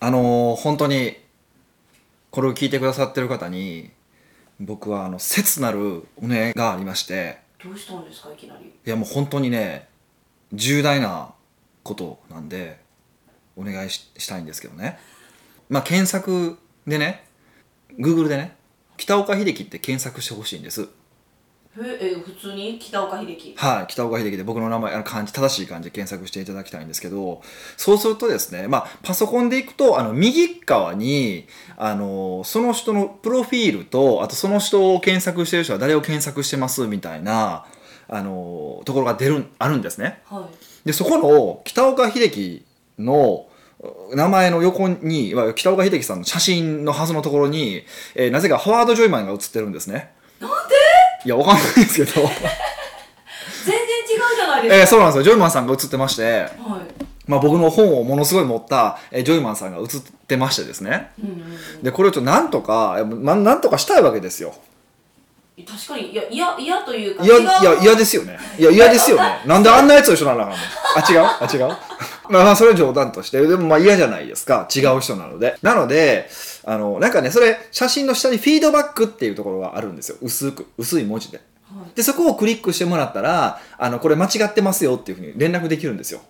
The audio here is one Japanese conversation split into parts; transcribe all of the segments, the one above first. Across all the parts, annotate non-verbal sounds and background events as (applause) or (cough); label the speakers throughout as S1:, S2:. S1: あのー本当にこれを聞いてくださってる方に僕はあの切なるお願いがありまして
S2: どうしたんですかいきなり
S1: いやもう本当にね重大なことなんでお願いししたいんですけどねまあ検索でね Google でね北岡秀樹って検索してほしいんです
S2: ええ普通に北岡秀樹
S1: はい、北岡秀樹で僕の名前あの漢字正しい漢字で検索していただきたいんですけどそうするとですね、まあ、パソコンでいくとあの右側にあのその人のプロフィールとあとその人を検索してる人は誰を検索してますみたいなあのところが出るあるんですね。
S2: は
S1: でそこの北岡秀樹のう名前の横にいわゆる北岡秀樹さんの写真のはずのところに、えーなぜかハワード・ジョイマンが写ってるんですね。
S2: いなんで
S1: いやわかんないんですけど、
S2: 全然違うじゃない
S1: え
S2: で
S1: ー
S2: す
S1: そうなんですよジョイマンさんが写ってまして。
S2: か、はい
S1: まあ、僕の本をものすごい持ったえージョイマンさんが映ってましてですね
S2: うんうんうん
S1: でこれをちょっとなんとか、えーま、なんとかしたいわけですよ
S2: 確かにいやいやいやというか
S1: いや
S2: 違う
S1: いや嫌ですよねいや嫌ですよ
S2: (laughs)
S1: ねなんであんなやつと一緒なのかなあ違うあ違う (laughs) まあまあそれは冗談としてでもまあ嫌じゃないですか違う人なのでなのであのなんかねそれ写真の下にフィードバックっていうところがあるんですよ薄く薄い文字で
S2: はい
S1: でそこをクリックしてもらったらあのこれ間違ってますよっていうふうに連絡できるんですよ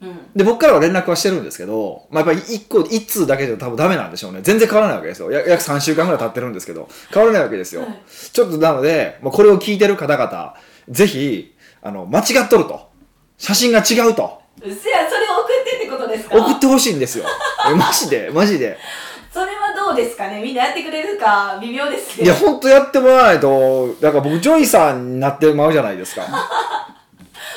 S2: うん
S1: で、僕からは連絡はしてるんですけど、まあ、やっぱり一個、一通だけじゃ多分ダメなんでしょうね。全然変わらないわけですよ。や約3週間ぐらい経ってるんですけど、変わらないわけですよ。
S2: はい
S1: ちょっとなので、もうこれを聞いてる方々、ぜひ、あの、間違っとると。写真が違うと。
S2: うせやそれを送ってってことですか
S1: 送ってほしいんですよ。えマジで、マジで。
S2: それはどうですかねみんなやってくれるか微妙ですけ
S1: い
S2: ど
S1: や、ほんとやってもらわないと、だから僕、ジョイさんになってまうじゃないですか。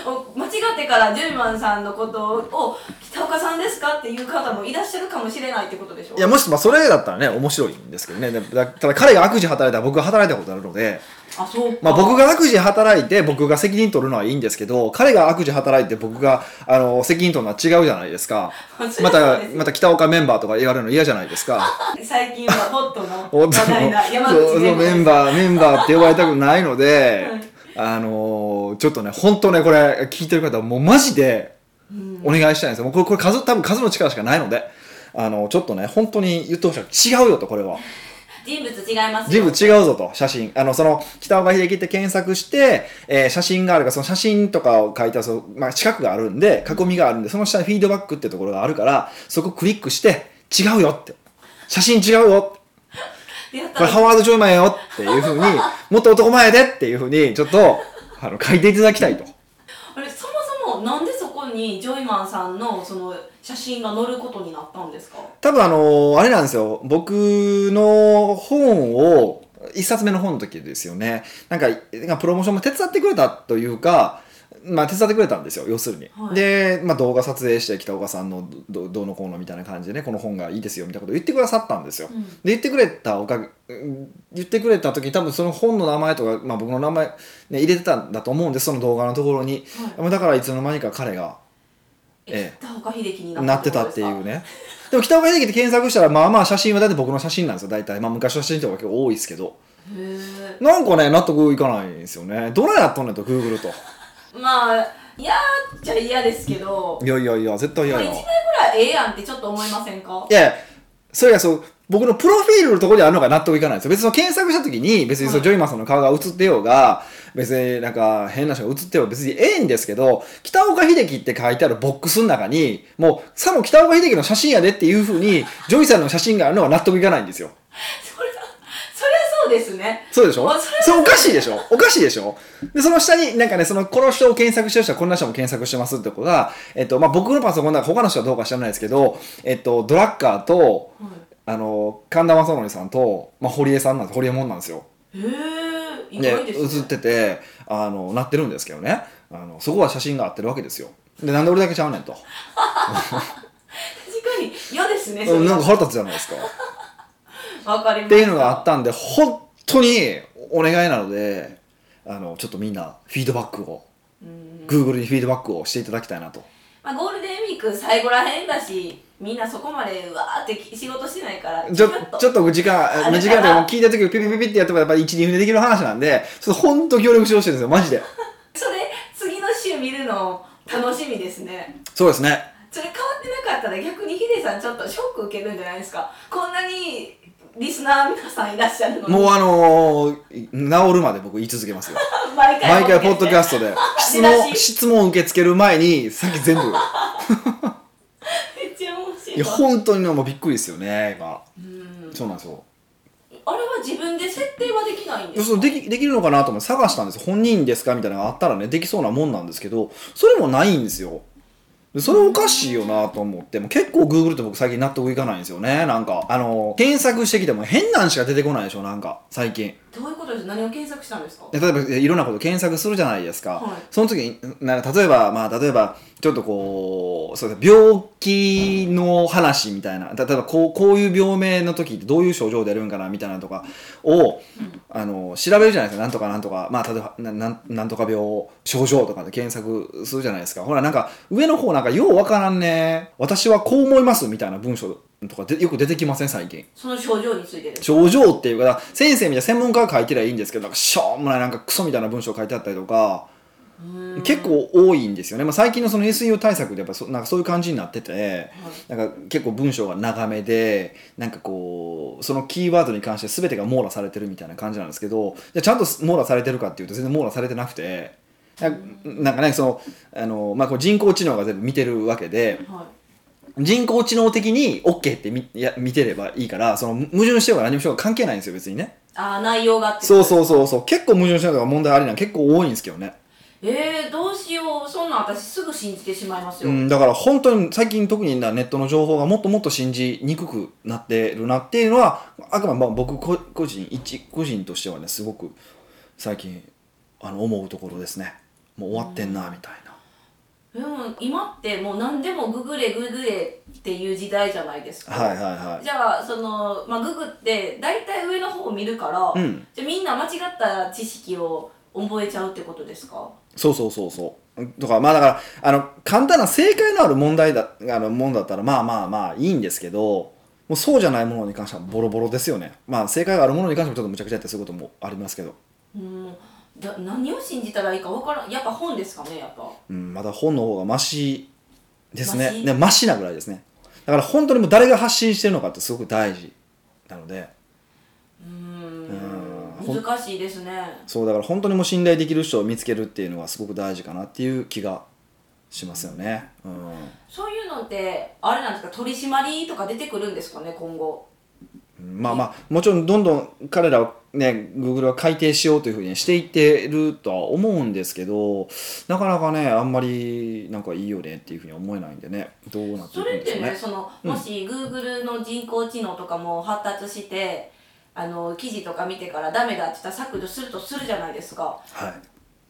S2: お間違ってからジュイマンさんのことを「北岡さんですか?」っていう方もいらっしゃるかもしれないってことでしょ
S1: いや、もし、まあ、それだったらね、面白いんですけどね。でだただ、彼が悪事働いたら僕が働いたことあるので、
S2: あそうか
S1: まあ、僕が悪事働いて僕が責任取るのはいいんですけど彼が悪事働いて僕があの責任取るのは違うじゃないですか
S2: そりゃ
S1: ま
S2: そう
S1: た
S2: ですよ
S1: また北岡メンバーとか言われるの嫌じゃないですか
S2: 最近はホット
S1: (laughs)
S2: の
S1: 本当
S2: (laughs) 話題な山口
S1: そうそう
S2: 全部
S1: メンバーメンバーって呼ばれたくないので、あのーちょっとね本当ねこれ聞いてる方もうマジでお願いしたいんですよ、もうこれこれ数多分数の力しかないのであのちょっとね本当に言ってほしい違うよとこれは。
S2: 人物違います
S1: ジ
S2: よ
S1: ム違うぞと、写真。あの、その、北岡秀樹って検索して、えー写真があるから、その写真とかを書いた、その、まあ、四角があるんで、囲みがあるんで、その下にフィードバックってところがあるから、そこクリックして、違うよって。写真違うよ
S2: でやっ
S1: こ
S2: た
S1: れ
S2: ら
S1: ハワード・ジョイマンやよっていうふうに、もっと男前やでっていうふうに、ちょっと、あの、書いていただきたいと。
S2: あれそもそもなんでそこにジョイマンさんのその写真が載ることになったんですか
S1: 多分あのあれなんですよ僕の本を一冊目の本の時ですよねなんかなんかプロモーションも手伝ってくれたというかまあ手伝ってくれたんですよ要するに、
S2: はい
S1: で、まあ、動画撮影して北岡さんのどどうのこうのみたいな感じでねこの本がいいですよみたいなことを言ってくださったんですよ、
S2: うん
S1: で言ってくれたおかげうん言ってくれた時に多分その本の名前とか、まあ、僕の名前、ね、入れてたんだと思うんですその動画のところに、まあだからいつの間にか彼がええ
S2: え北岡秀樹にな
S1: なってたっていうねでも北岡秀樹って検索したらまあまあ写真はだって僕の写真なんですよ大体まあ昔の写真とか結構多いですけど
S2: ことですかへえ
S1: なんかね納得いかないんですよねどないやっとんねんと Google と
S2: まあ嫌っちゃ嫌ですけど
S1: いやいやいや絶対
S2: ま
S1: 嫌や
S2: あ、1年
S1: い
S2: ぐらいええやんってちょっと思いませんか
S1: やいやそれがそう僕のプロフィールのところにあるのが納得いかないんですよ別にその検索した時に別にそ
S2: は
S1: の
S2: い
S1: ジョイマンさんの顔が映ってようが別になんか変な人が映ってようが別にええんですけど北岡秀樹って書いてあるボックスの中にもうさも北岡秀樹の写真やでっていうふうにジョイさんの写真があるのが納得いかないんですよ
S2: それはそれはそうですね
S1: そうでしょ
S2: あそれは
S1: それおかしいでしょおかしいでしょで、その下に、なんかね、その、この人を検索してる人はこんな人も検索してますってことが、えっと、まあ、僕のパソコンだから他の人はどうか知らないですけど、えっと、ドラッカーと、
S2: は
S1: あの、神田正則さんと、まあ、堀江さんなんです、堀江門なんですよ。
S2: いへえ意
S1: で
S2: 外、です
S1: 映
S2: ね
S1: ってて、あの、なってるんですけどね。あの、そこは写真が合ってるわけですよ。で、なんで俺だけちゃうねんと。
S2: 確かに嫌ですねそ
S1: うん
S2: れ
S1: なん
S2: は
S1: か腹立つじゃないですか。
S2: わかりま
S1: っ
S2: してた
S1: いうのがあったんで、本当にお願いなので、あの、ちょっとみんな、フィードバックを。
S2: うん、
S1: Google にフィードバックをしていただきたいなと。
S2: まあ、ゴールデンウィーク最後らへんだしみんなそこまでうわーってき仕事してないから
S1: ちょ
S2: っと
S1: ちょっと時間、
S2: あ
S1: 時間でもう聞いた時ピピピピってやってもやっぱり1、2分でできる話なんで、ちょっと本当協力してほしいんですよ、マジで。
S2: それ次の週見るの楽しみですね
S1: そうですね。
S2: それ変わってなかったら逆にヒデさんちょっとショック受けるんじゃないですかこんなにリスナー皆さんいらっしゃるのに
S1: もうあのー治るまで僕言い続け
S2: (laughs)
S1: ますよ
S2: 毎回
S1: 毎回ポッドキャ
S2: ス
S1: ストで質
S2: 出だ
S1: 問
S2: し
S1: 質問受け付ける前にさっき全部
S2: ト (laughs) めっちゃ面白い
S1: いや本当にねもうびっくりですよね今
S2: うん
S1: そうなんですよ
S2: あれは自分で設定はできないんですか
S1: そうできできるのかなと思って探したんですよ本人ですかみたいなのがあったらねできそうなもんなんですけどそれもないんですよでそれおかしいよなと思ってもう結構 Google って僕最近納得いかないんですよねなんかあの検索してきても変なんしか出てこないでしょなんか最近
S2: どういうことです何を検索したんですか
S1: で例えばいろんなこと検索するじゃないですか、
S2: はい
S1: その時にな例えばまあ例えばちょっとこうそうだ病気の話みたいな例えばこうこういう病名の時ってどういう症状出るんかなみたいなのとかを、あの調べるじゃないですかなんとかなんとかまあ例えばななんなんとか病症状とかで検索するじゃないですかほらなんか上の方なんかようわからんね私はこう思いますみたいな文章とかでよく出てきません最近
S2: その症状についてです
S1: 症状っていうかだから先生みたいな専門家が書いてりゃいいんですけどなんかしょうもないなんかクソみたいな文章書いてあったりとか
S2: うーん
S1: 結構多いんですよね、まあ、最近のその SEO 対策でやっぱそなんかそういう感じになってて
S2: はい
S1: なんか結構文章が長めでなんかこうそのキーワードに関して全てが網羅されてるみたいな感じなんですけどじゃあちゃんと網羅されてるかっていうと全然網羅されてなくてななんかねそのあの、まあ、こう人工知能が全部見てるわけで
S2: はい
S1: 人工知能的に OK ってみいや見てればいいからその矛盾してようが何もしようが関係ないんですよ別にね
S2: ああ内容がってこと
S1: そうそうそうそう結構矛盾してるとか問題ありなん結構多いんですけどね
S2: えー、どうしようそんなん私すぐ信じてしまいますよ、
S1: うん、だから本当に最近特になネットの情報がもっともっと信じにくくなってるなっていうのはあくまでまあ僕個個人一個人としてはねすごく最近あの思うところですねもう終わってんなみたいな、
S2: でも今ってもう何でもググれググれっていう時代じゃないですか
S1: はいはいは
S2: じゃあその、まあ、ググって大体上の方を見るから、
S1: いうん
S2: じゃあみんな間違った知識を覚えちゃうってことですか
S1: そうそうそうそうとかまあだからあの簡単な正解のある問題だあのもんだったらまあまあまあいいんですけどもうそうじゃないものに関してはボロボロですよねまあ正解があるものに関してもちょっとむちゃくちゃやってすることもありますけど
S2: うんだ何を信じたらいいか分からんやっぱ本ですかねやっぱ
S1: うん、まだ本の方がマシです
S2: マ
S1: ね
S2: シ
S1: ねマシなぐらいですねだから本当にもう誰が発信してるのかってすごく大事なので
S2: うん
S1: うんほん
S2: 難しいですね
S1: そうだから本当にもう信頼できる人を見つけるっていうのはすごく大事かなっていう気がしますよね、うん、
S2: そういうのってあれなんですか取り締まりとか出てくるんですかね今後
S1: まあまあもちろんどんどん彼らをね Google は改定しようというふうにしていってるとは思うんですけどなかなかねあんまりなんかいいよねっていうふうに思えないんでねどうなってい
S2: そ
S1: く
S2: れ
S1: ん
S2: っ
S1: でしょ
S2: て
S1: う
S2: ね
S1: ね
S2: その
S1: うん
S2: もし Google の人工知能とかも発達して、あの記事とか見てからダメだって言ったら削除するとするじゃないですか
S1: は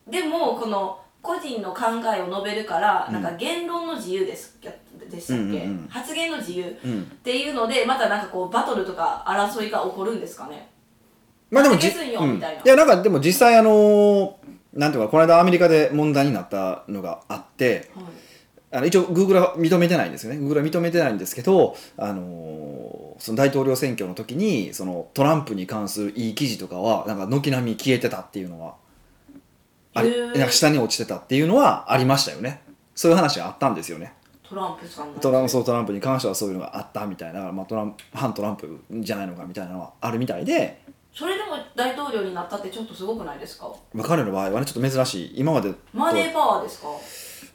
S1: い
S2: でもこの個人の考えを述べるから、なんか言論の自由ですやでしたっけ、
S1: うんうんうん
S2: 発言の自由っ
S1: うん、
S2: ていうのでまたなんかこうバトルとか争いが起こるんですかね
S1: まあでも
S2: 負けずによみたいな
S1: うんやなんかでも実際あのなんていうかこの間アメリカで問題になったのがあって
S2: はい
S1: あの一応 Google は認めてないんですよね Google は認めてないんですけどあのその大統領選挙の時にそのトランプに関するいい記事とかはなんか軒並み消えてたっていうのはあり
S2: へー
S1: なんか下に落ちてたっていうのはありましたよねそういう話があったんですよね
S2: トランプさんの
S1: トランそうトランプに関してはそういうのがあったみたいな、まあ、トラン反トランプじゃないのかみたいなのはあるみたいで
S2: それでも大統領になったってちょっとすごくないですか
S1: まあ彼の場合はねちょっと珍しい今までと
S2: マネーパワーですか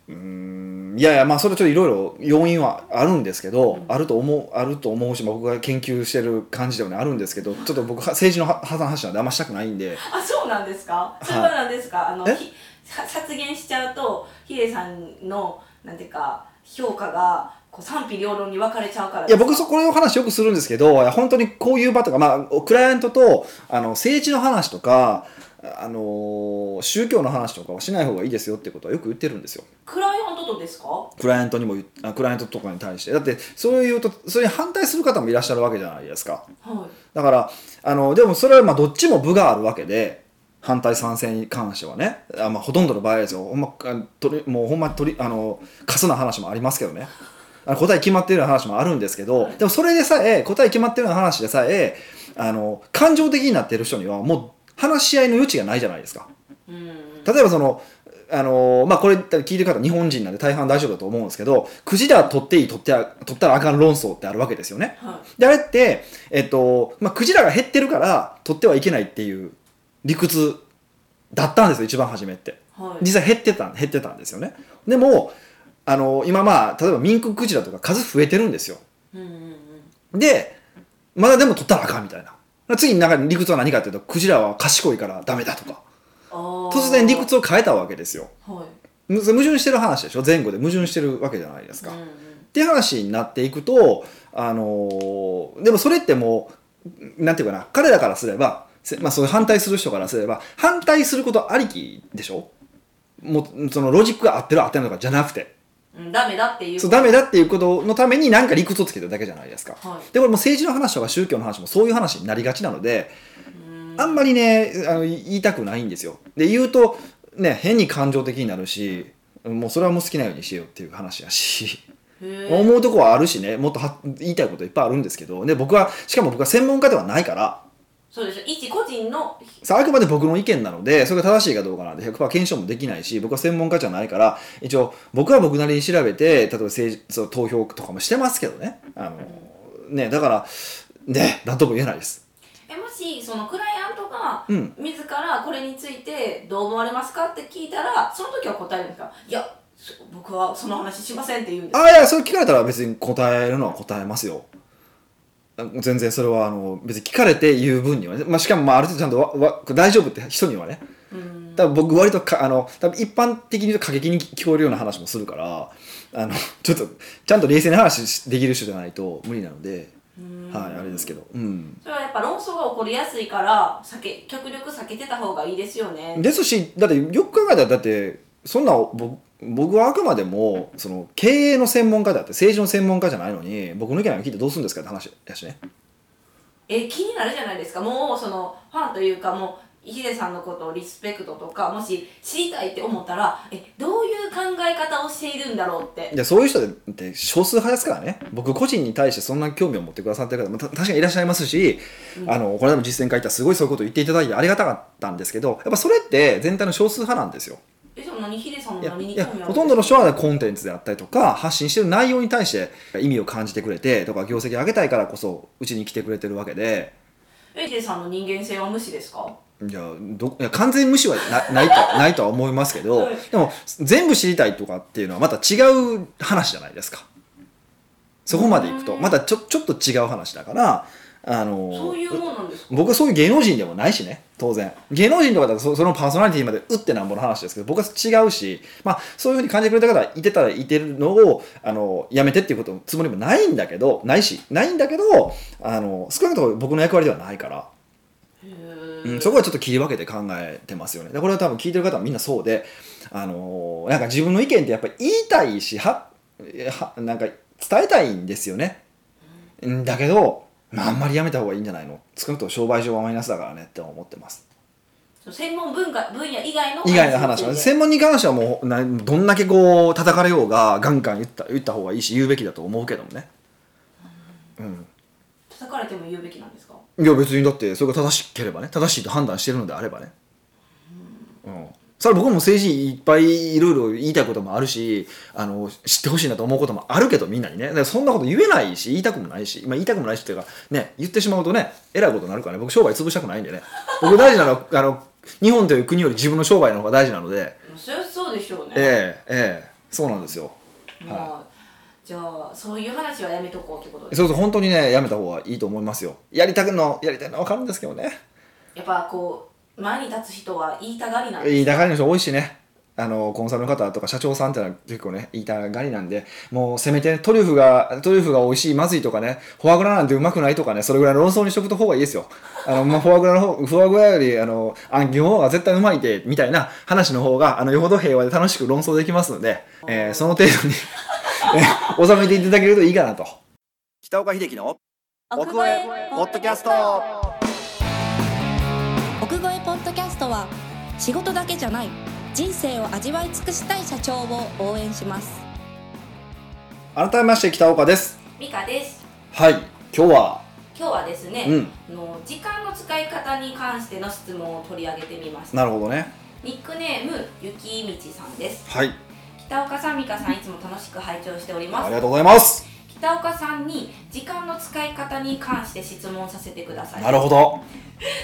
S1: うーんいやいやまあそれちょっといろいろ要因はあるんですけど、
S2: うん
S1: あると思うあると思うし、まあ僕が研究してる感じでもねあるんですけどちょっと僕は政治のは破産話なんであんましたくないんで
S2: あそうなんですかそれは何ですか、あの
S1: え
S2: ひさ殺言しちゃうとヒデさんのなんていうか評価がこう賛否両論に分かれちゃうから
S1: いや僕そ
S2: そ
S1: この話よくするんですけどいや本当にこういう場とか、まあ、クライアントとあの政治の話とか、あのー宗教の話とかはしない方がいいですよってことはよく言ってるんですよ。
S2: クライアントとですか
S1: クライアントにも言っあクライアントとかに対してだってそういうとそれに反対する方もいらっしゃるわけじゃないですか。
S2: はい
S1: だからあのでもそれはまあどっちも部があるわけで反対賛成に関してはねあ、まあ、ほとんどの場合ですよほんまあとりもうほんまとりあのかすな話もありますけどねあの答え決まってるような話もあるんですけどでもそれでさえ答え決まってるような話でさえあの感情的になってる人にはもう話し合いの余地がないじゃないですか。
S2: うん
S1: 例えばそのあのーまあこれ聞いてる方日本人なんで大半大丈夫だと思うんですけどくじだ取っていい取ってあ取ったらあかん論争ってあるわけですよね
S2: は
S1: であれって、えっとまあ、クジラが減ってるから取ってはいけないっていう理屈だったんですよ一番初めって
S2: いはい
S1: 実際減ってた減ってたんですよねでもあの今まあ例えばミンククジラとか数増えてるんですよ
S2: うんうんうん
S1: でまだでも取ったらあかんみたいな次になんか理屈は何かっていうとクジラは賢いからダメだとか
S2: あー
S1: 突然理屈を変えたわけですよ
S2: はい
S1: む矛盾してる話でしょ前後で矛盾してるわけじゃないですか、
S2: うんうん
S1: っていう話になっていくと、あのーでもそれってもうなんていうかな彼らからすれば、せまあ、その反対する人からすれば反対することありきでしょもうそのロジックが合ってる合ってないとかじゃなくて
S2: うんダメだっていう
S1: そうダメだっていうことのために何か理屈をつけてるだけじゃないですか。
S2: は
S1: でこれもう政治の話とか宗教の話もそういう話になりがちなので
S2: い
S1: あんまりねあの言いたくないんですよ。で言うとね変に感情的になるしもうそれはもう好きなようにしようっていう話やし。
S2: りへー
S1: 思うとこはあるしねもっとは言いたいこといっぱいあるんですけどで僕はしかも僕は専門家ではないから
S2: そうでしょ一個人の
S1: さああくまで僕の意見なのでそれが正しいかどうかなんて100%検証もできないし僕は専門家じゃないから一応僕は僕なりに調べて例えば政治そう投票とかもしてますけどねあのねだからね何とも言えないです。
S2: えもしそのクライアントが
S1: うん
S2: 自らこれについてどう思われますかって聞いたらその時は答えるんですかいやそ僕はその話しませんって言うんです
S1: ああいやそれ聞かれたら別に答えるのは答えますよ全然それはあの別に聞かれて言う分にはね、まあ、しかもまあある程度ちゃんとわわ大丈夫って人にはね
S2: うん
S1: 多分僕割とかあの多分一般的に言うと過激に聞こえるような話もするからあのちょっとちゃんと冷静な話しできる人じゃないと無理なので、
S2: うん
S1: はい、あれですけど、うん、
S2: それはやっぱ論争が起こりやすいから避け極力避けてた方がいいですよね
S1: ですしだってよく考えたらだってそんな僕僕はあくまでもその経営の専門家だって政治の専門家じゃないのに僕の意見なんか聞いてどうするんですかって話やしね
S2: え気になるじゃないですかもうそのファンというかもうヒデさんのことをリスペクトとかもし知りたいって思ったらえどういう考え方をしているんだろうって
S1: いやそういう人って少数派ですからね僕個人に対してそんな興味を持ってくださってる方もた確かにいらっしゃいますし、
S2: うん
S1: あのこれでも実践会行ったらすごいそういうことを言っていただいてありがたかったんですけどやっぱそれって全体の少数派なんですよ。
S2: えじゃあ何ヒデさんの
S1: いや
S2: 何に
S1: い
S2: 興
S1: や
S2: 味ある
S1: ほとんどの人はコンテンツであったりとか発信してる内容に対して意味を感じてくれてとか業績上げたいからこそうちに来てくれてるわけで
S2: えヒデさんの人間性は無視ですか
S1: いやどいや完全無視はなないとないとは思いますけど、
S2: はい
S1: でも全部知りたいとかっていうのはまた違う話じゃないですかそこまでいくと
S2: うん
S1: またちょちょっと違う話だからあの
S2: そういうもんなんですか
S1: 僕はそういう芸能人でもないしね当然芸能人とかだとそそのパーソナリティまで打ってなんぼの話ですけど僕は違うし、まあ、そういうふうに感じてくれた方がいてたらいてるのをあのやめてっていうことのつもりもないんだけどないしないんだけどあの少なくとも僕の役割ではないから。
S2: へ
S1: う
S2: ー
S1: ん、そこはちょっと切り分けて考えてますよね。でこれは多分聞いてる方はみんなそうで、あのーなんか自分の意見ってやっぱり言いたいしははなんか伝えたいんですよね。うんだけど、まあ、あんまりやめた方がいいんじゃないの少なくとも商売上はマイナスだからねって思ってます。
S2: その専門分野分野以外の
S1: 以外の話
S2: に
S1: は
S2: ついて
S1: 専門に関してはもうなどんだけこう叩かれようがガンガン言った言った方がいいし言うべきだと思うけどもね。うん
S2: 叩かれても言うべきなんですか
S1: いや別にだってそれが正しければね正しいと判断してるのであればねうんそれは僕も政治いっぱいいろいろ言いたいこともあるしあの知ってほしいなと思うこともあるけどみんなにねだからそんなこと言えないし言いたくもないし、まあ、言いたくもないしっていうかね言ってしまうとねえらいことになるからね僕商売潰したくないんでね僕大事なのはあの日本という国より自分の商売の方が大事なので
S2: そりゃそうでしょうね
S1: ええええそうなんですよ
S2: まあ、じゃあそういう話はやめとこうってことです
S1: そうそう本当にねやめた方がいいと思いますよやりたくのやりたいのは分かるんですけどね
S2: やっぱこう前に立つ人は言いたがりなんで
S1: 言いたがりの人多いしねあのコンサルの方とか社長さんってのは結構ね言いたがりなんでもうせめてトリュフがトリュフが美味しいまずいとかねフォアグラなんてうまくないとかねそれぐらいの論争にしとくと方がいいですよあの、まあ、フォアグラの方フォアグラよりあのあギョ方が絶対うまいでみたいな話の方があのよほど平和で楽しく論争できますので、えーその程度にえー収めていただけるといいかなと北岡秀樹の奥越えポッドキャスト
S3: 奥越えポッドキャストは仕事だけじゃない人生を味わい尽くしたい社長を応援します
S1: 改めまして北岡です
S2: ミカです
S1: はい今日は
S2: 今日はですね、
S1: うん
S2: あの時間の使い方に関しての質問を取り上げてみました
S1: なるほどね
S2: ニックネームゆきみちさんです
S1: はい
S2: 北岡さん美香さんいつも楽しく拝聴しておりま
S1: あ
S2: す
S1: りがとうございます
S2: 北岡さんに時間の使い方に関して質問させてください
S1: なるほど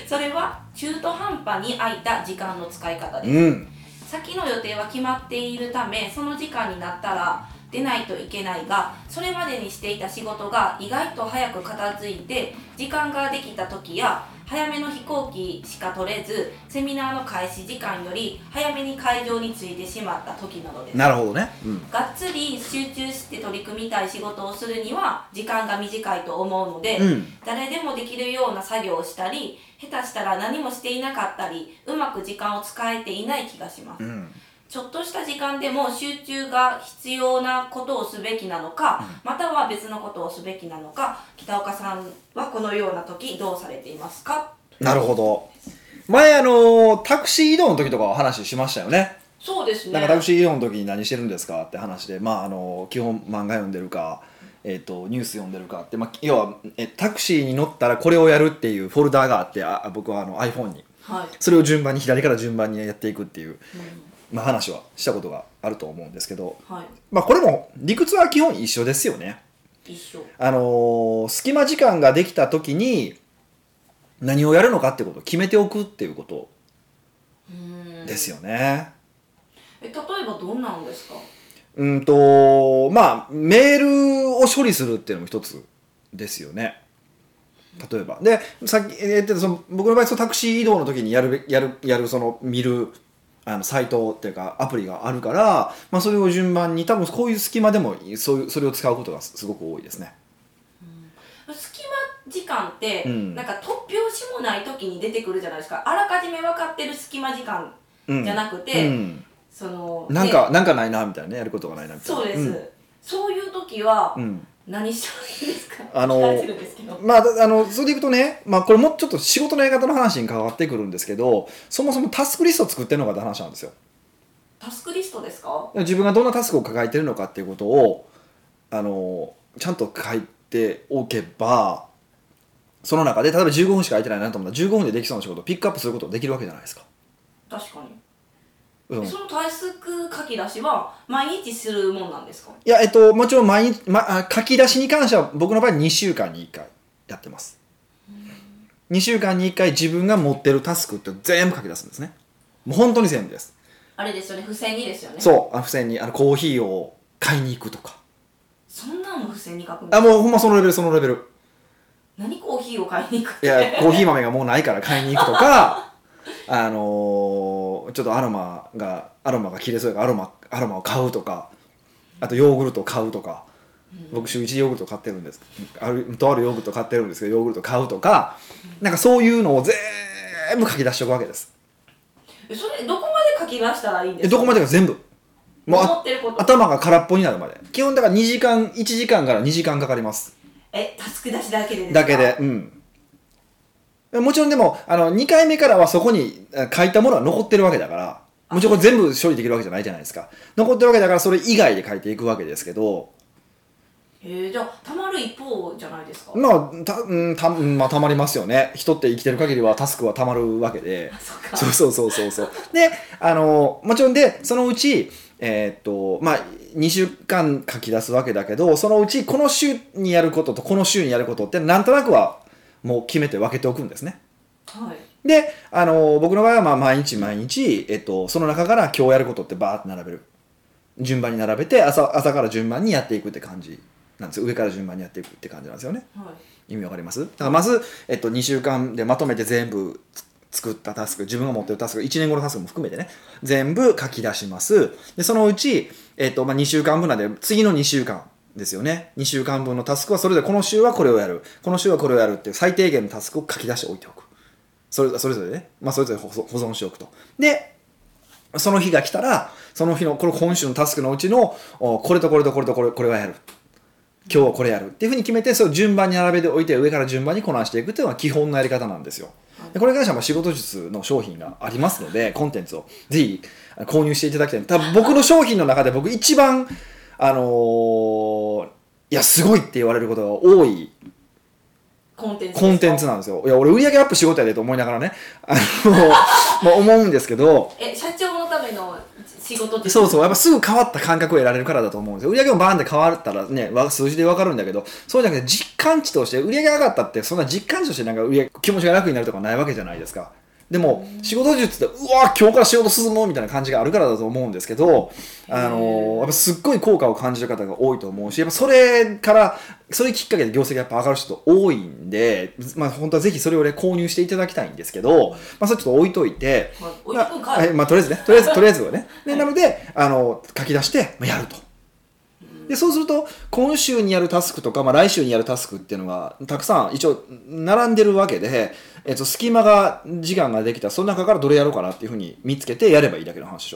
S2: それは中途半端に空いた時間の使い方です、
S1: うん
S2: 先の予定は決まっているためその時間になったら出ないといけないがそれまでにしていた仕事が意外と早く片付いて時間ができた時や早めの飛行機しか取れずセミナーの開始時間より早めに会場に着いてしまった時などです
S1: なるほどねうん
S2: がっつり集中して取り組みたい仕事をするには時間が短いと思うので、
S1: うん
S2: 誰でもできるような作業をしたり下手したら何もしていなかったりうまく時間を使えていない気がします、
S1: うん
S2: ちょっとした時間でも集中が必要なことをすべきなのか、または別のことをすべきなのか北岡さんはこのような時どうされていますか
S1: なるほど前あのタクシー移動の時とかお話ししましたよね
S2: そうですね
S1: なんかタクシー移動の時に何してるんですかって話で、まあ、あの基本漫画読んでるか、えっとニュース読んでるかって、まあ、要はえタクシーに乗ったらこれをやるっていうフォルダーがあってあ僕はあの iPhone に
S2: はい、
S1: それを順番に左から順番にやっていくっていう、
S2: う
S1: まあ、話はしたことがあると思うんですけど、
S2: んはい、
S1: まあ、これも理屈は基本一緒ですよね。
S2: 一緒
S1: あのー隙間時間ができた時に何をやるのかってことを決めておくっていうこと
S2: うん
S1: ですよね。
S2: え例えばどんなんですか
S1: うんとまあメールを処理するっていうのも一つですよね例えばでさっきえーってその僕の場合そのタクシー移動の時にやるべやるやるその見るあのサイトっていうかアプリがあるから、まあ、それを順番に多分こういう隙間でもそういうそれを使うことがすすごく多いですね
S2: 隙間時間って、
S1: うん
S2: なんか突拍子もない時に出てくるじゃないですかあらかじめ分かってる隙間時間
S1: うん
S2: じゃなくて、
S1: うん、
S2: その
S1: なん
S2: ね
S1: かなんかないなみたいなねやることがないなみたいな
S2: そうです、そういう時は
S1: うんうん
S2: 何したらいいですか、
S1: あの
S2: 聞かれてるんですけど
S1: まあ、だあのそれでいくとね、まあ、これもうちょっと仕事のやり方の話に関わってくるんですけどそもそもタスクリストを作ってるのかって話なんですよ
S2: タスクリストですか
S1: 自分がどんなタスクを抱えてるのかっていうことをあのちゃんと書いておけばその中で例えば15分しか空いてないなと思ったら15分でできそうな仕事をピックアップすることができるわけじゃないですか。
S2: 確かに、
S1: うん、い
S2: そのタスク書き出しは毎日するもんなんですか
S1: やえっともちろん毎日、ま、あ書き出しに関しては僕の場合2週間に1回やってます。2週間に1回自分が持ってるタスクって全部書き出すんですね。もう本当に全部です。
S2: あれですよね付箋にですよね
S1: そう、あ付箋にあのコーヒーを買いに行くとか。
S2: そんなんも付箋に書くんで
S1: あ
S2: す
S1: もうほんまそのレベルそのレベル。
S2: 何コーヒーを買いに行くっ
S1: い
S2: て
S1: やコーヒー豆がもうないから買いに行くとか (laughs) あのーちょっとアロマがアロマが切れそうやからアロマアロマを買うとかあとヨーグルトを買うとか僕週1ヨーグルト買ってるんですあるとあるヨーグルト買ってるんですけどヨーグルト買うとかなんかそういうのを全部書き出しておくわけです
S2: えそれどこまで書き出したらいいん
S1: え
S2: ですか
S1: どこまでが全部もう
S2: 思
S1: あ
S2: ってること
S1: 頭が空っぽになるまで基本だから2時間1時間から2時間かかります
S2: えタスク出しだけでですか
S1: だけで、うん。もちろんでも、あの、2回目からはそこにあ書いたものは残ってるわけだから、もちろんこれ全部処理できるわけじゃないじゃないですか。残ってるわけだから、それ以外で書いていくわけですけど、
S2: えー、じゃあたまる一方じゃないですか、
S1: まあ、た、うん、た、うんまあ、たまりますよね。人って生きてる限りはタスクはたまるわけで
S2: あ。そっか
S1: そうそうそうそうそう。で、あの、もちろんで、そのうち、えーっと、まあ、2週間書き出すわけだけど、そのうち、この週にやることと、この週にやることって、なんとなくは、もう決めて分けておくんですね。
S2: はい
S1: で、あの僕の場合はまあ毎日毎日、えっと、その中から今日やることってバーって並べる順番に並べて朝朝から順番にやっていくって感じなんですよ上から順番にやっていくって感じなんですよね
S2: はい
S1: 意味わかりますだからまず、えっと、2週間でまとめて全部つ作ったタスク自分が持ってるタスク1年後のタスクも含めてね全部書き出しますでそのうち、えっとまあ、2週間分なんで次の2週間ですよね2週間分のタスクはそれでこの週はこれをやるこの週はこれをやるっていう最低限のタスクを書き出しておいておくそれそれぞれね、まあ、それぞれ保存保存しておくとでその日が来たらその日のこれ今週のタスクのうちのおこれとこれとこれとこれこれはやる今日はこれやるっていうふうに決めてそれを順番に並べておいて上から順番にこなしていくっていうのが基本のやり方なんですよ。でこれに関してはまあ仕事術の商品がありますのでコンテンツをぜひあの購入していただきたい多分僕の商品の中で僕一番あのーいやすごいって言われることが多い
S2: コンテンツですか
S1: コンテンツなんですよ。いや、俺売り上げアップしようとやでと思いながらね、あの、 (laughs) まあ思うんですけど、
S2: え社長のための仕事って
S1: そうそう、やっぱすぐ変わった感覚を得られるからだと思うんですよ。売り上げもバーンって変わったらね、わ数字でわかるんだけど、そうじゃなくて実感値として、売り上げ上がったって、そんな実感値としてなんか売り上げ気持ちが楽になるとかないわけじゃないですか。でも、仕事術って、うわ今日から仕事進もうみたいな感じがあるからだと思うんですけど、あのやっぱすっごい効果を感じる方が多いと思うし、やっぱそれから、それきっかけで業績がやっぱ上がる人多いんで、まあ本当はぜひそれをね、購入していただきたいんですけど、まあそれちょっと置いといて、
S2: まあ置い
S1: ま
S2: とくん
S1: あ
S2: か
S1: はいいまあ、とりあえずねとりあえずとりあえずはねでなのであの書き出して、まあ、やるとでそうすると今週にやるタスクとか、まあ、来週にやるタスクっていうのがたくさん一応並んでるわけで、えっと、隙間が時間ができたその中からどれやろうかなっていうふうに見つけてやればいいだけの話でし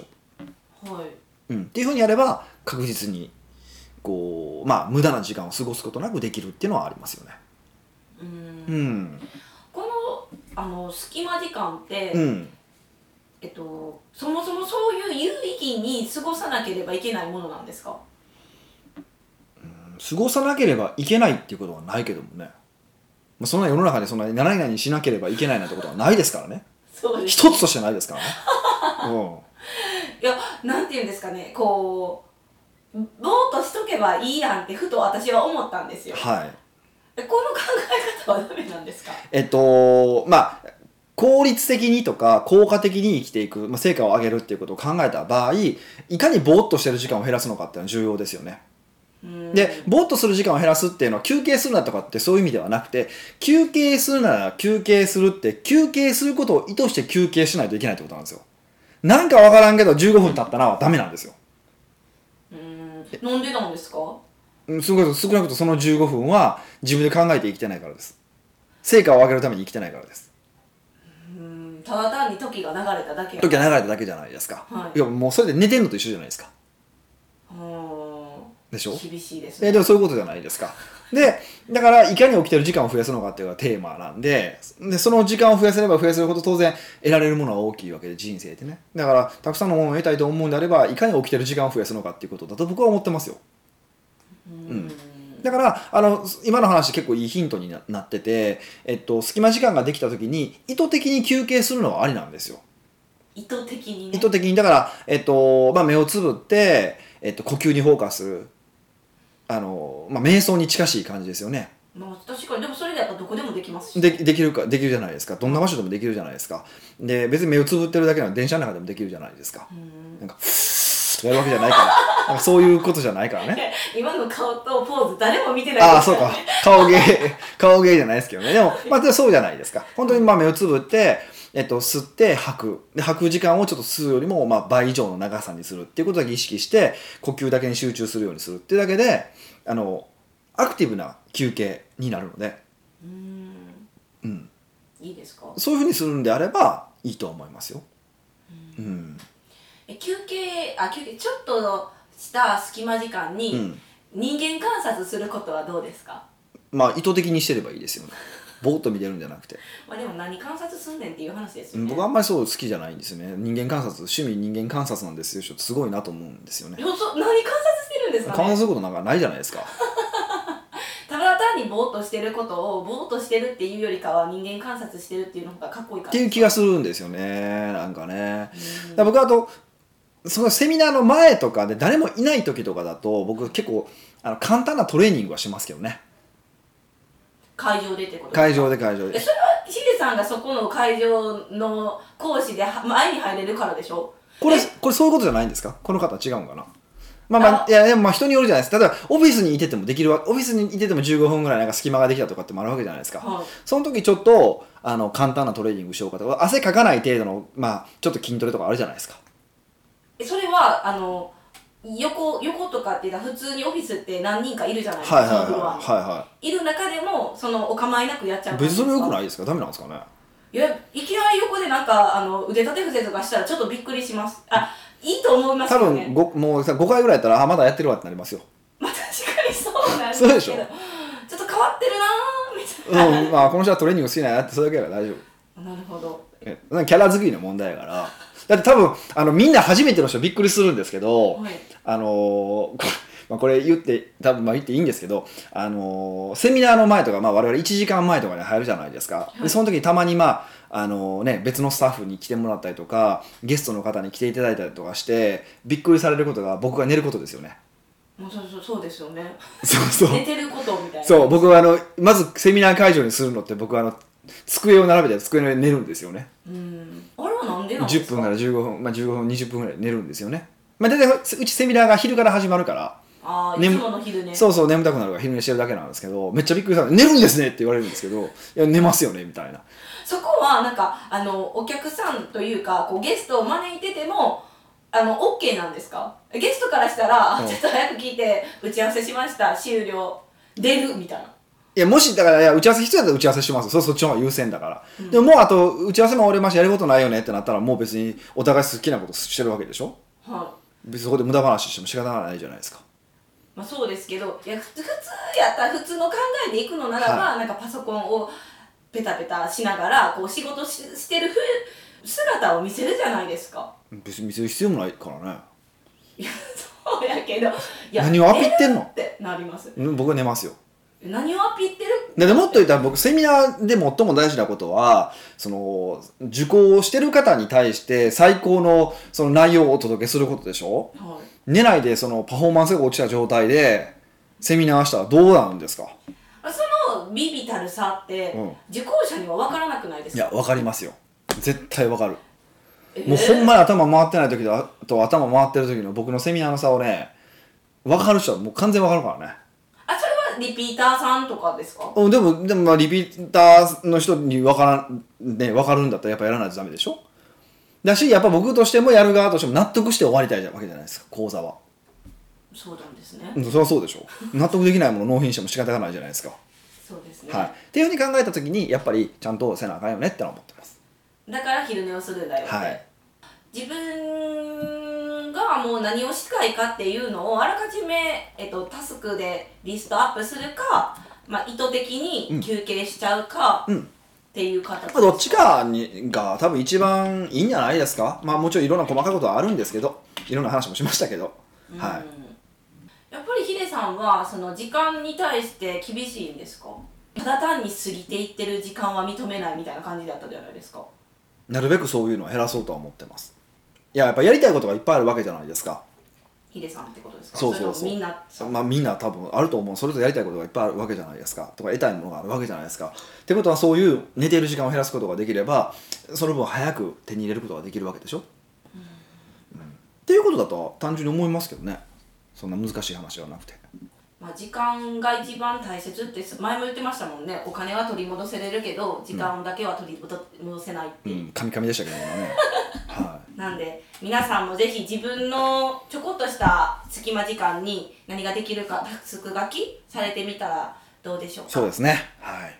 S1: ょ、
S2: はい
S1: うん、っていうふうにやれば確実にこうまあ無駄な時間を過ごすことなくできるっていうのはありますよね
S2: う
S1: うんん
S2: このあの隙間時間って、
S1: うん
S2: えっと、そもそもそういう有意義に過ごさなければいけないものなんですか
S1: 過ごさなければいけないっていうことはないけどもね、まあ、そんな世の中でそんなに何々しなければいけないなんてことはないですからね
S2: そうです
S1: 一つとしてないですからね、
S2: いやなんていうんですかねこうぼーっとしとけばいいやんってふと私は思ったんです
S1: うん、
S2: よ
S1: はい
S2: えこの考え方はダメなんですか
S1: えっとまあ効率的にとか効果的に生きていく、まあ、成果を上げるっていうことを考えた場合いかにぼーっとしてる時間を減らすのかっていうのは重要ですよねでぼーっとする時間を減らすっていうのは休憩するなとかってそういう意味ではなくて休憩するなら休憩するって休憩することを意図して休憩しないといけないってことなんですよなんかわからんけど15分経ったなはダメなんですよ
S2: うーんうーんなんでなんですか
S1: うん少なくとも少なくともその15分は自分で考えて生きてないからです成果を上げるために生きてないからです
S2: うーんただ単に時が流れただけ
S1: 時は流れただけじゃないですか、
S2: はい
S1: いやもうそれで寝てんのと一緒じゃないですか
S2: うー
S1: でしょ
S2: ん厳しいです
S1: えー
S2: ね
S1: でもそういうことじゃないですか。で、だからいかに起きてる時間を増やすのかっていうのがテーマなんで、で、その時間を増やせれば増やせるほど当然得られるものは大きいわけで人生ってね。だからたくさんのものを得たいと思うんであれば、いかに起きてる時間を増やすのかっていうことだと僕は思ってますよ。
S2: うー
S1: うん
S2: ん
S1: だからあの今の話結構いいヒントにななってて、えっと、隙間時間ができた時に意図的に休憩するのはありなんですよ。
S2: 意図的にね
S1: 意図的にだから、えっとまあ、目をつぶって、えっと、呼吸にフォーカスするあの、まあ、瞑想に近しい感じですよね。
S2: まあ確かにでもそれだったらどこでもできますし
S1: でできるかできるじゃないですかどんな場所でもできるじゃないですかで別に目をつぶってるだけなら電車の中でもできるじゃないですか
S2: うー
S1: な
S2: ん (laughs)
S1: んかふーっとやるわけじゃないからなんかそういうことじゃないからね
S2: 今の顔とポーズ誰も見てない
S1: ああ
S2: です
S1: そうか顔芸顔芸じゃないですけどねでもまあでもそうじゃないですか本当にまあ目をつぶってえっと、吸って吐くで吐く時間をちょっと吸うよりもまあ倍以上の長さにするっていうことだけ意識して呼吸だけに集中するようにするっていうだけであのアクティブな休憩になるので、
S2: うーん
S1: うん、
S2: いいですか
S1: そういうふうにするんであればいいと思いますよ。うん。
S2: え休憩あ休憩ちょっとした隙間時間
S1: う
S2: に
S1: ん。
S2: 人間観察することはどうですか、
S1: まあ意図的にしてればいいですよね。ぼーっと見てるんじゃな
S2: (laughs)
S1: くて。
S2: まあ、でも何観察すんねんっていう話です
S1: う
S2: よ
S1: ん
S2: ね
S1: 僕はあんまりそう好きじゃないんですよね。人間観察、趣味人間観察なんですよ。ちょっとすごいなと思うんですよ
S2: い
S1: ね。
S2: やそ何観察してるんですか
S1: 観察
S2: ね
S1: することなんかないじゃないですか。
S2: ただ単にぼーっとしてることをぼーっとしてるっていうよりかは人間観察してるっていうのがかっこいい
S1: っ
S2: から
S1: ていう気がするんですよね。なんかね。だから僕はあと、そのセミナーの前とかで誰もいない時とかだと、僕結構あの簡単なトレーニングはしますけどね。
S2: 会場でってことですか
S1: 会場で会場
S2: え
S1: で。
S2: それはヒデさんがそこの会場の講師では前に入れるからでしょ
S1: これ、これそういうことじゃないんですかこの方は違うんかなまあまあ、
S2: あ
S1: いや、でもまあ人によるじゃないですか。例えば、オフィスにいててもできるわ、オフィスにいてても15分ぐらいなんか隙間ができたとかってもあるわけじゃないですか。
S2: はい
S1: その時ちょっと、あの、簡単なトレーニングしようかとか、汗かかない程度の、まあ、ちょっと筋トレとかあるじゃないですか。
S2: えそれはあの横横とかって言ったら普通にオフィスって何人かいるじゃないですか、
S1: はいはい
S2: そのフロア
S1: はい。
S2: に
S1: はい
S2: る中でもそのお構いなくやっち
S1: い
S2: ゃ
S1: は
S2: う
S1: い。別にそれ良くないいですかダメなんですかね
S2: いやいきなり横でなんかあの腕立て伏せとかしたらちょっとびっくりしますあいいと思います
S1: 多
S2: よ
S1: 分
S2: ね
S1: ご、もうさ5回ぐらいやったら、あ、まだやってるわってなりますよ。
S2: まあ確かにそうなんです
S1: そうでし
S2: け
S1: ょ
S2: どちょっと変わってるなーみた
S1: うん、まあ、この人はトレーニング好きなんやなって、それだけは大丈夫。
S2: (laughs) いななるほど
S1: えキャラ作りの問題やから。だって多分、あの、みんな初めての人びっくりするんですけど、
S2: はい
S1: あのーこ (laughs) まあ、これ言って多分まあ言っていいんですけど、あのーセミナーの前とか、まあ、我々1時間前とかに入るじゃないですか、
S2: は
S1: で
S2: い
S1: その時にたまに、まああのね、別のスタッフに来てもらったりとかゲストの方に来ていただいたりとかしてびっくりされることが僕が寝ることですよね。 (laughs)
S2: もうそうそうそうですよね
S1: そうそう
S2: 寝てることみたいな
S1: そう僕はあのまずセミナー会場にするのって僕はあの机を並べて机の上に寝るんですよね
S2: うんあれはなんでなんです
S1: 10分
S2: か
S1: から15分、まあ、15分20分ぐらい寝るんですよね、まあ、大体うちセミナーが昼から始まるから、
S2: ああい
S1: 眠
S2: つもの昼寝
S1: そうそう眠たくなるから昼寝してるだけなんですけどめっちゃびっくりしたの寝るんですねって言われるんですけどいや寝ますよねみたいな
S2: そこはなんかあのお客さんというかこうゲストを招いててもあの OK なんですかゲストからしたら、あ
S1: うん
S2: ちょっと早く聞いて打ち合わせしました終了出るみたいない
S1: やもしだからいや打ち合わせ必要だったら打ち合わせしますよそそっちの方が優先だから、でももうあと打ち合わせも終わりましたやることないよねってなったらもう別にお互い好きなことしてるわけでしょ
S2: はい
S1: 別にそこで無駄話しても仕方がないじゃないですか
S2: まあ、そうですけどいや普通やったら普通の考えでいくのならば、なんかパソコンをペタペタしながらこう仕事ししてるふ姿を見せるじゃないですか
S1: 別に見せる必要もないからね
S2: いやそうやけどいや
S1: 何をアピってんの
S2: 出るってなります
S1: うん僕は寝ますよ
S2: 何をアピってる
S1: ででもっと言ったら僕セミナーで最も大事なことはその受講をしてる方に対して最高のその内容をお届けすることでしょ
S2: はい
S1: 寝ないでそのパフォーマンスが落ちた状態でセミナーしたらどうなるんですか
S2: そのビビたるさって、
S1: うん
S2: 受講者には分からなくないです
S1: い
S2: か
S1: や分かりますよ絶対分かる
S2: えー
S1: もうほんまに頭回ってない時とあと頭回ってる時の僕のセミナーの差をね分かる人はもう完全分かるからね
S2: あそれはリピーターさんとかですか
S1: うんでもでもまあリピーターの人に分からん、ね、分かるんだったらやっぱやらないとダメでしょだしやっぱ僕としてもやる側としても納得して終わりたいわけじゃないですか講座は、
S2: そうなんですね、
S1: うん、それはそうでしょ納得できないものを納品しても仕方がないじゃないですか、
S2: そうですね、
S1: はい、っていうふうに考えた時にやっぱりちゃんとせなあかんよねってのは思ってます
S2: だから昼寝をするんだよって、
S1: はい
S2: 自分がもう何をしたいかっていうのをあらかじめ、えっと、タスクでリストアップするか、まあ、意図的に休憩しちゃうか、
S1: うん
S2: っていう形
S1: まあ、どっちかにが多分一番いいんじゃないですかまあもちろんいろんな細かいことはあるんですけどいろんな話もしましたけど、はい
S2: うんやっぱりヒデさんはその時間に対して厳しいんですかただ単に過ぎていってる時間は認めないみたいな感じだったじゃないですか
S1: なるべくそういうのを減らそうとは思ってますいややっぱやりたいことがいっぱいあるわけじゃないですか
S2: ヒデさんってことですか
S1: そうそうそう
S2: れともみんな
S1: そうまあ、みんな多分あると思うそれぞれやりたいことがいっぱいあるわけじゃないですかとか得たいものがあるわけじゃないですかってことはそういう寝ている時間を減らすことができればその分早く手に入れることができるわけでしょ、うんっていうことだと単純に思いますけどねそんな難しい話はなくて
S2: まあ、時間が一番大切って前も言ってましたもんねお金は取り戻せれるけど時間だけは取り戻せないって
S1: う
S2: いう、
S1: んカミカミでしたけどもねは
S2: なんで皆さんもぜひ自分のちょこっとした隙間時間に何ができるかタスク書きされてみたらどうでしょう
S1: い
S2: か
S1: そうですねはい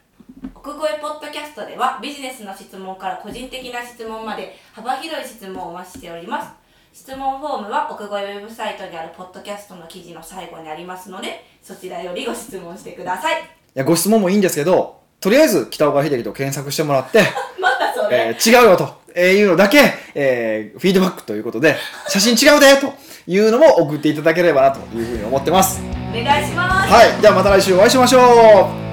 S2: 奥越ポッドキャストではビジネスの質問から個人的な質問まで幅広い質問をお待ちしております質問フォームは奥越ウェブサイトにあるポッドキャストの記事の最後にありますのでそちらよりご質問してください
S1: いやご質問もいいんですけどとりあえず北岡秀樹と検索してもらって、
S2: またそれ、
S1: えー違うよと、えーいうのだけ、えーフィードバックということで写真違うでというのも送っていただければなというふうに思ってます
S2: お願いします
S1: はい、じゃあまた来週お会いしましょう